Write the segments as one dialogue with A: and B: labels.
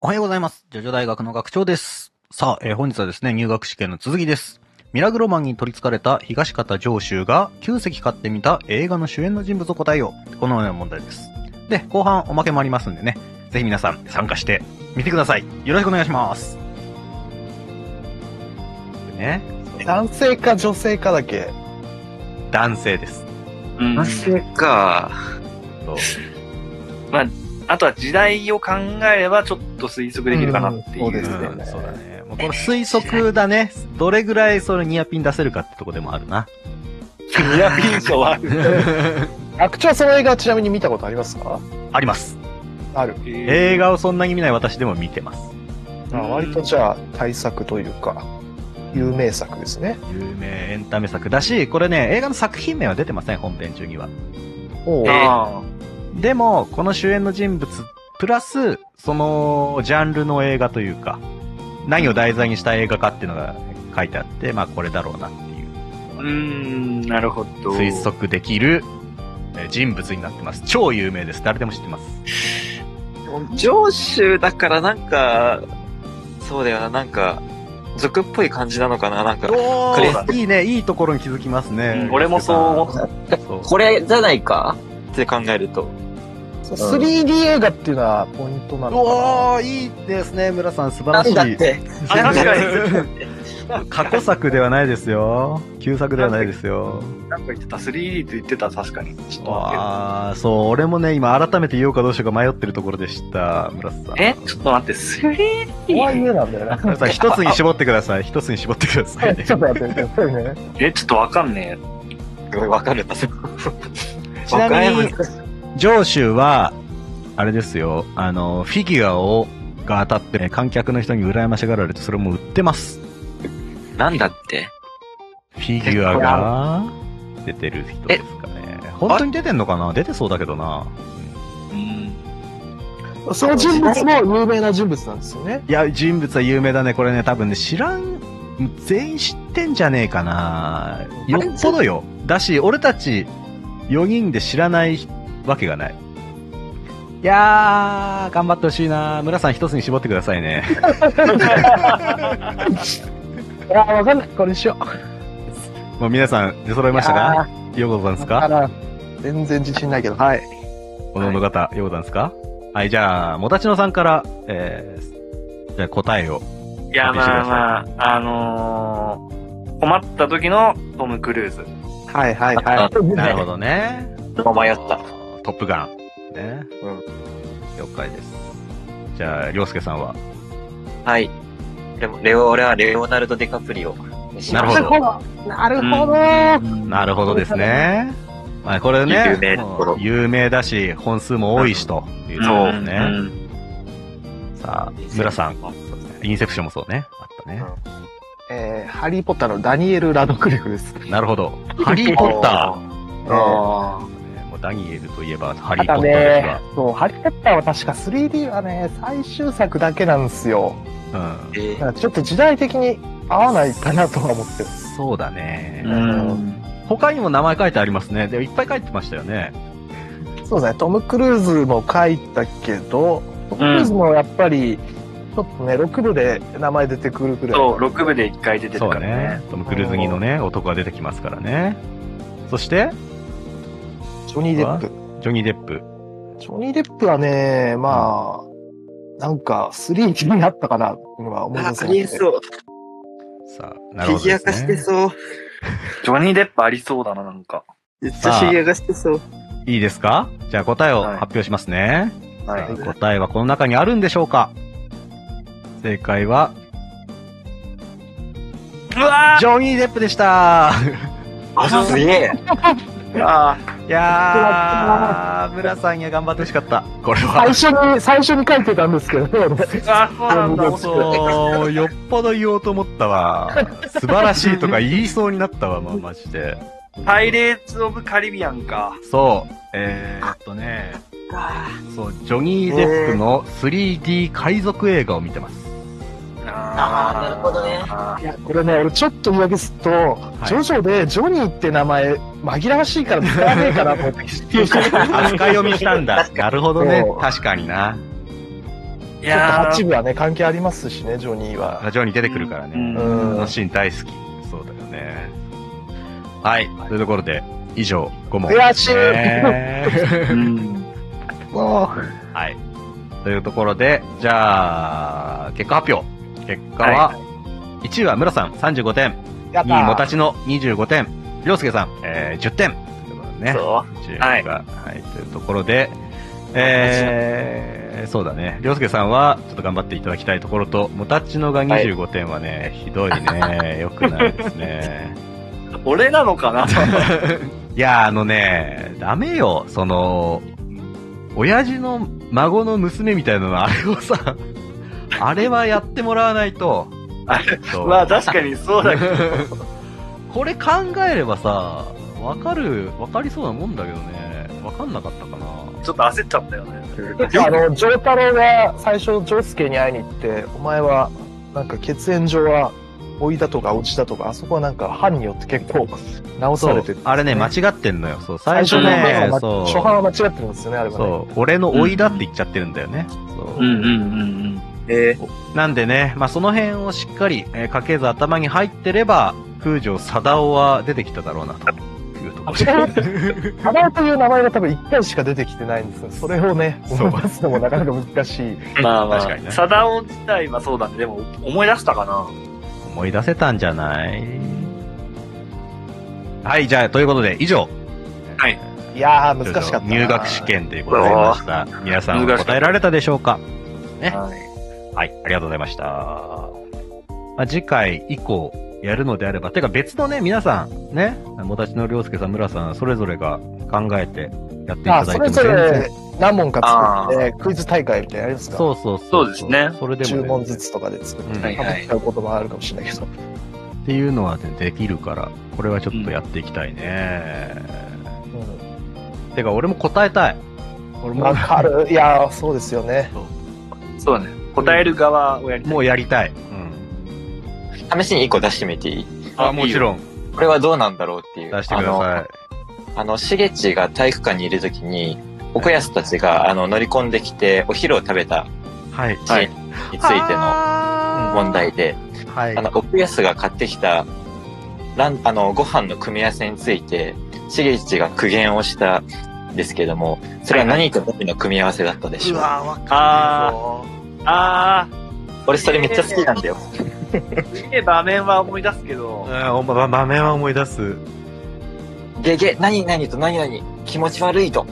A: おはようございます。ジョジョ大学の学長です。さあ、えー本日はですね、入学試験の続きです。ミラグロマンに取り憑かれた東方上州が9席買ってみた映画の主演の人物を答えよう。このような問題です。で、後半おまけもありますんでね、ぜひ皆さん参加してみてください。よろしくお願いします。でね、
B: 男性か女性かだけ。
A: 男性です。
C: うん
D: 男性か。
A: そう
C: あとは時代を考えればちょっと推測できるかなっていう。
B: うんそうですね
A: うんそうだね。もうこの推測だね。どれぐらいそれニアピン出せるかってとこでもあるな。
C: ニアピン賞はある。
B: 学長はその映画ちなみに見たことありますか
A: あります。
B: ある。
A: 映画をそんなに見ない私でも見てます。
B: あ割とじゃあ大作というか、有名作ですね。
A: 有名エンタメ作だし、これね、映画の作品名は出てません、本編中には。
B: おう
C: えー
D: あ
A: でも、この主演の人物、プラス、その、ジャンルの映画というか、何を題材にした映画かっていうのが書いてあって、まあこれだろうなっていう、
C: うーん、なるほど。
A: 推測できるえー人物になってます。超有名です。誰でも知ってます。
D: ー上州だからなんか、そうだよな、なんか、俗っぽい感じなのかな、なんか。
A: お
D: ー
A: いいね、いいところに気づきますね
C: う。ん俺もそう思った。
A: そう
E: これじゃないか
D: って考えると。
B: そう 3D 映画っていうのはポイントなのか
A: おー、いいですね、村さん、素晴
E: な
A: らし
E: ん
A: い。
E: だって。
C: あ確かに。
A: 過去作ではないですよ。旧作ではないですよ。
C: なんか言ってた、3D って言ってた、確かに。ちょっと待っ
A: ああ、そう、俺もね、今改めて言おうかどうしようか迷ってるところでした、村瀬さん。
C: て。えちょっと待って、
B: な。とはいえ
C: 3D?
B: なんだよな。
A: 村瀬さん、一つに絞ってください。一つに絞ってくださ い。
B: ちょっとやってみてくださいね。
C: え、ちょっとわかんね
D: わかるな、それ
C: え。
A: ちなみに
C: わかんない
A: 上州は、あれですよ、あの、フィギュアを、が当たって、ね、観客の人に羨ましがられて、それも売ってます。
D: なんだって。
A: フィギュアが、出てる人ですかね。本当に出てんのかな出てそうだけどな。
C: うん
B: その人物も有名な人物なんですよね。
A: いや、人物は有名だね。これね、多分ね、知らん、全員知ってんじゃねえかな。よっぽどよ。だし、俺たち4人で知らないわけがない。いやー、頑張ってほしいな。村さん一つに絞ってくださいね。
B: あー、わかんない。これにしよ う。
A: もう皆さん出揃いましたかようございます
B: あ
A: か
B: ら、全然自信ないけど。はい。
A: おのの方、ようございますかはい、じゃあ、もたちのさんから、えー、じゃあ答えを。
C: いや、まあまあ、あのー、困った時のトム・クルーズ。
B: はいはい
D: は
A: なるほどね。
D: 迷った。
A: トップガン。ね。了解です。じゃあ、りょうすけさんは。
D: はい。でも、レオ、俺はレオナルド・ディカプリオ。
A: なるほど。
B: なる
C: ほ
B: ほ
C: ど
B: ど。
A: なるほどですね。まあ、これね、
D: 有名なところ
A: もう有名だし、本数も多いしというところですね。
C: うん
A: さあ、村さん、インセプションもそうね。あったね。
B: えー、ハリーポッターのダニエル・ラドクリフです。
A: なるほど。ハリー・ポッタ
B: ああ。
A: ー。ねもうダニエルといえば、ハリ
B: た
A: ー・ポッ
B: だ
A: ターです
B: ね、そう、ハリー・ポッターは確か 3D はね、最終作だけなんですよ。
A: が。うん。
D: え
B: だからちょっと時代的に合わないかなとは思ってる。
A: そうだね、
C: うん。
A: 他にも名前書いてありますね。で、いっぱい書いてましたよね。
B: そうですね、トム・クルーズも書いたけど、トム・クルーズもやっぱり、ちょっとね、6部で名前出てくるくらい。
C: そう、6部で1回出てる
A: そ
C: か
A: う
C: ら
A: ね
C: ね。。
A: トム・クルーズにのね、男が出てきますからね。そして、
B: ジョニー・デップ。
A: ジョニー・デップ。
B: ジョニー・デップはね、まあ、なんか 3D になったかなっていうのは思いますね。
D: う。
A: さあ、なるほどです、ね。
D: そう。
C: ジョニー・デップありそうだな、なんか。
D: めっ
A: ちゃフィギュ
D: ア化してそう。
A: いいですかじゃあ答えを
C: はい
A: 発表しますね。
C: はい
A: さあ答えはこの中にあるんでしょうか正解は、
C: うわ
A: ジョニー・デップでした
D: あ、すげえ。
C: あ
A: いやー、村さんには頑張ってほしかった。これ
B: 最
A: は。
B: 初に、最初に書いてたんですけどね。
C: あ、そうなんだ。
A: そう、よっぽど言おうと思ったわ。素晴らしいとか言いそうになったわ、まあ、マジで。
C: パイレーツ・オブ・カリビアンか。
A: そう、えー、っとね、そう、ジョニー・デップの 3D 海賊映画を見てます。
C: あ
E: ーなるほどね
C: あ
B: いや、これね、俺ちょっと言い訳すると、
A: い
B: ジョジョでジョニーって名前紛らわしいから使わねえかなと思って。
A: 扱い読みしたんだ。なるほどね
B: そ。う
A: 確かにな。
B: ちょっ
C: ーい
B: と
C: や
B: 8
C: ー、
B: 部はね、関係ありますしね、ジョニーは。
A: ラジオに出てくるからね。
C: うん
A: あのシーン大好き。そうだよね。はい。というところで、以上、5問。
B: 悔しい
A: ね
C: うん
B: も
A: はい。というところで、じゃあ、結果発表。結果は、1位はムロさん35点、
B: う、やった
A: 2位もたちの25点、りょうすけさん、えー10点。ということでね。
D: そ
A: 順位がはい。というところで、えー、そうだね。りょうすけさんは、ちょっと頑張っていただきたいところと、もたちのが25点はね、ひどいね。よくないですね。
C: 俺なのかない
A: や、あのね、ダメよ。その、親父の孫の娘みたいなの、あれをさ、あれはやってもらわないと。そう
C: まあ確かにそうだけど。
A: これ考えればさ、わかる、わかりそうなもんだけどね。わかんなかったかな。
C: ちょっと焦っちゃったよね。
B: あの、ジョータロが最初、ジョースケに会いに行って、お前は、なんか血縁上は、老いだとか落ちだとか、あそこはなんか、藩によって結構、直さ
A: そ
B: れ
A: う
B: てるんですね、。
A: あれね、間違ってんのよ。そう、最
B: 最初
A: 初
B: の
A: ね、
B: 版は
A: そう。
B: 初版は間違ってるんですよね、あれはね。
A: そう、俺の老いだって言っちゃってるんだよね。そう。
C: んうんうん。え
A: なんでね、まあ、その辺をしっかり、えー、家系図頭に入ってれば、空城貞夫は出てきただろうな、 というところで。
B: カラーという名前が多分1回しか出てきてないんですよ。それをね、
A: そう
B: 思い出すのもなかなか難しい。
C: えまあま
A: 確かにね
C: あ、サダオ自体はそうだね。でも、思い出したかな
A: 思い出せたんじゃないはい、じゃあ、ということで、以上。
C: はい。
B: いやー、難しかったな。
A: 入学試験ということになりました。皆さんは答えられたでしょうか
C: はい。
A: はい、ありがとうございました。まあ、次回以降やるのであれば、てか別のね、皆さん、ね、もたちのりょうすけさん、むらさん、それぞれが考えてやってい
B: ま
A: た
B: あ、
A: だ
B: そ
A: いて
B: れ
A: も
B: ぞ
A: 全然
B: れ。何問か作って、クイズ大会みたいなのやりますか
A: そうそうそう。
C: そうですね
A: それで
B: 10
A: も、
B: 問
A: ね、
B: ずつとかで作って、
A: うん
C: はいはい
B: 使うこともあるかもしれないけど。
A: っていうのはね、できるから、これはちょっとやっていきたいね。
B: う
A: てか、俺も答えたい。俺
B: ん。わ
A: も、
B: かる。いやー、そうですよね。
C: そうだね。答える側をやりたい。
A: もうやりたい。
D: う。試しに一個出してみていい
A: あ、もち
C: ん。
A: ろん、
D: これはどうなんだろうっていう。
A: 出してください。
D: あの、あの、しげちが体育館にいるときに、おこやすたちが、あの、乗り込んできて、お昼を食べた
A: はい。
D: シーンについての
A: の
D: 問題。で、
A: はい
D: あ。の、奥安が買ってきた、ラン、あの、ご飯の組み合わせについて、しげちが苦言をしたんですけれども、それは何と何の組み合わせだったでしょう。
A: わわ
C: ああ、あ
D: 俺それめっちゃ好きなんだよ。
C: あ、すげえ場面は思い出すけど、
A: うん、場場面は思い出す。
D: ゲゲ、何々と何々、気持ち悪いと。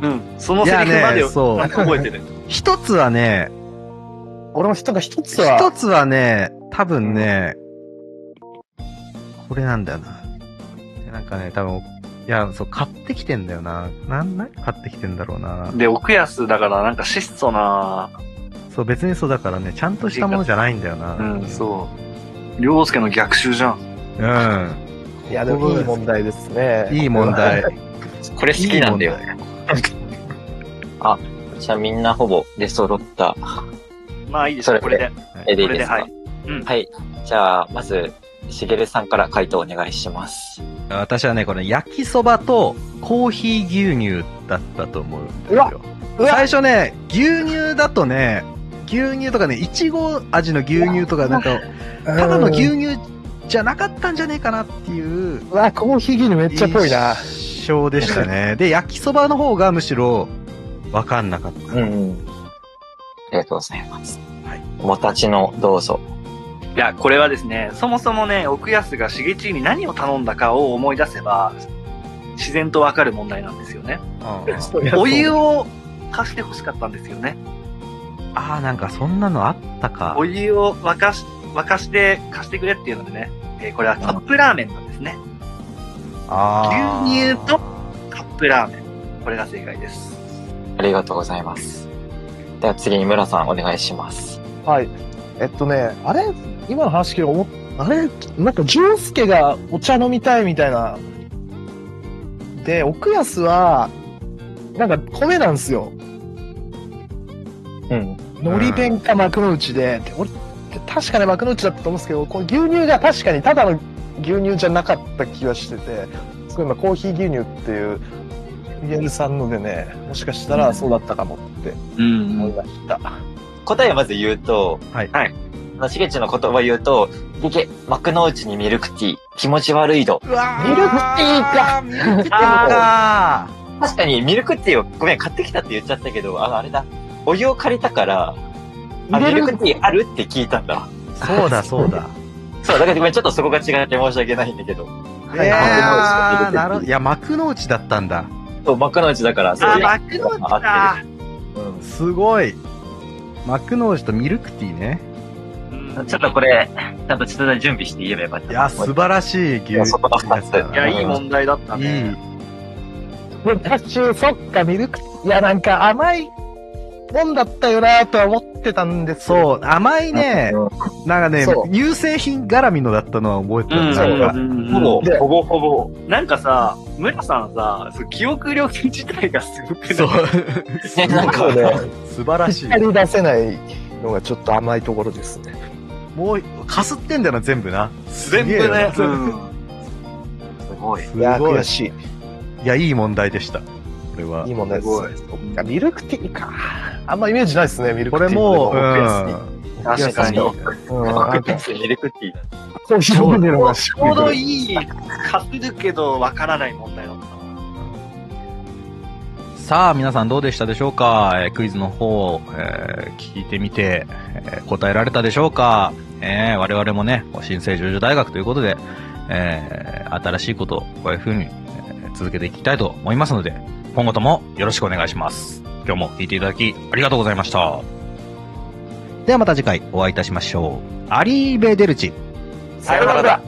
C: うん。そのセリフま
A: い
C: で
A: やねそう
C: 覚えてる。
A: 一つはね、
B: 俺も一つ一つ
A: 一
B: は、
A: つはね、多分ね、これなんだよな。なんかね、多分、いや、そう、買ってきてんだよな。なん、何買ってきてんだろうな。
C: で、奥安だからなんか質素な、
A: そう、別にそうだからね、ちゃんとしたものじゃないんだよな。
C: うん、そう。りょうすけの逆襲じゃん。
A: うん。
B: いや、でもいい問題ですね。
A: いい問題。
D: これ好きなんだよ。
A: いい問題。
D: じ ゃあみんなほぼ出揃った
C: まあいいです
D: それ
C: これで。
D: 絵でいい
C: これで
D: で
C: す
D: か
C: はい。うん。
D: はい。じゃあ、まず、しげるさんから回答お願いします。
A: 私はね、これ、焼きそばとコーヒー牛乳だったと思うんです
B: うわ
A: よ。
B: うわ
A: 最初ね、牛乳だとね、牛乳とかね、いちご味の牛乳とか、なんか、
B: うん。
A: ただの牛乳じゃなかったんじゃねえかなっていう
B: うわ、コーヒー牛乳めっちゃぽいな。
A: 印象でしたね。で、焼きそばの方がむしろわかんなかった。
D: うん、うん。ありがとうございます。
A: は
D: はいい。もたちのどうぞ。
C: いや、これはですね、そもそもね、奥安がしげちに何を頼んだかを思い出せば、自然とわかる問題なんですよね。お湯
B: を。
C: を沸かして欲しかったんですよね。
A: ああ、なんかそんなのあったか
C: お。湯を沸かし、沸かして貸してくれっていうのでね、えーこれはカップラーメンなんですね。
A: あー
C: 牛乳とカップラーメン。これが正解です。
D: ありがとうございます。では次に村さんお願いします。
B: はい。えっとね、あれ今の話聞いて思っあれなんか、ジュースケがお茶飲みたいみたいな。で、奥安は、なんか米なんですよ。
D: うん。
B: のり弁か幕の内で。で俺、確かね、幕の内だったと思うんですけど、この牛乳が確かにただの牛乳じゃなかった気がしてて、すごい今、コーヒー牛乳っていう、ミゲルさんのでね、もしかしたらそうだったかもって
C: うん
B: 思いました。
D: 答えをまず言うと、
A: はい
C: はい。
D: あの、しげちの言葉を言うと、いけ、幕の内にミルクティー、気持ち悪い度。
A: うわ
B: ミルクティーか
A: ミルクティー
C: あ
D: 確かにミルクティーをごめん、買ってきたって言っちゃったけど、あの、あれだ。お湯を借りたから、あミ
B: 入れ
D: ル
B: る
D: クティーあるって聞いたんだ。
A: そうだ、そうだ。
D: そう、だからごめん、ちょっとそこが違って申し訳ないんだけど。
A: い
D: い
A: やーなるいや、幕の内だったんだ。
D: そう、幕の内だから、
C: ー
D: そう
C: あー、
D: いう
C: 幕の内だ。
D: う
A: すごい。幕の内とミルクティーね。
C: うん
D: ん。ちょっとこれ、ちゃんと下で準備して言えばよかった。
A: いや、素晴らしい牛
D: いやそこの二つ
C: いや、いい
A: もん
C: 問題だった
A: いい
C: ね。。
B: 昔、そっか、ミルク、いや、なんか甘いもんだったよなとは思ってたんです
A: そう、甘いね、なんかね
B: そ、
A: 乳製品絡みのだったのは覚えて
C: う
A: る。
C: ん。
A: なんか、
C: ん
D: ほぼ、
B: で
D: ほぼほぼ。
C: なんかさ、村さんさ、そう記憶力自体がすごくない
A: そう、
D: ね、なんか、
B: そうね
A: 素晴らしい。
B: 光り出せないのがちょっと甘いところですね。
A: もう、かすってんだよな、全部な。
C: 全部
A: す
C: ね。う。
A: げえなん
D: すごい。
A: す
B: いや、
A: ごい
B: 悔。しい。
A: いや、いい問題でした。これはい
B: い。もんです。
C: すごい
B: いやミルクティーか。あんまイメージないですね、ミルク
A: こ
B: ティ
A: れ
B: ー。
A: も、う
B: で
A: ん。
C: 確かに。ち
A: いや
C: ょ
B: うんな
D: 幕
B: ん
D: の
B: か
D: 内にミルクティーだ。
B: コーヒー飲んでるのがしっくり
C: う
B: く
C: ど
B: る
C: いい、かするけどわからない問題だったな。
A: さあ、皆さんどうでしたでしょうか、えークイズの方、えー聞いてみて、えー答えられたでしょうか、えー我々もね、新生女女大学ということで、えー新しいことをこういう風に、えー続けていきたいと思いますので、今後ともよろしくお願いします。今日も聞いていただきありがとうございました。ではまた次回お会いいたしましょう。アリーベデルチ。
C: さよならだ。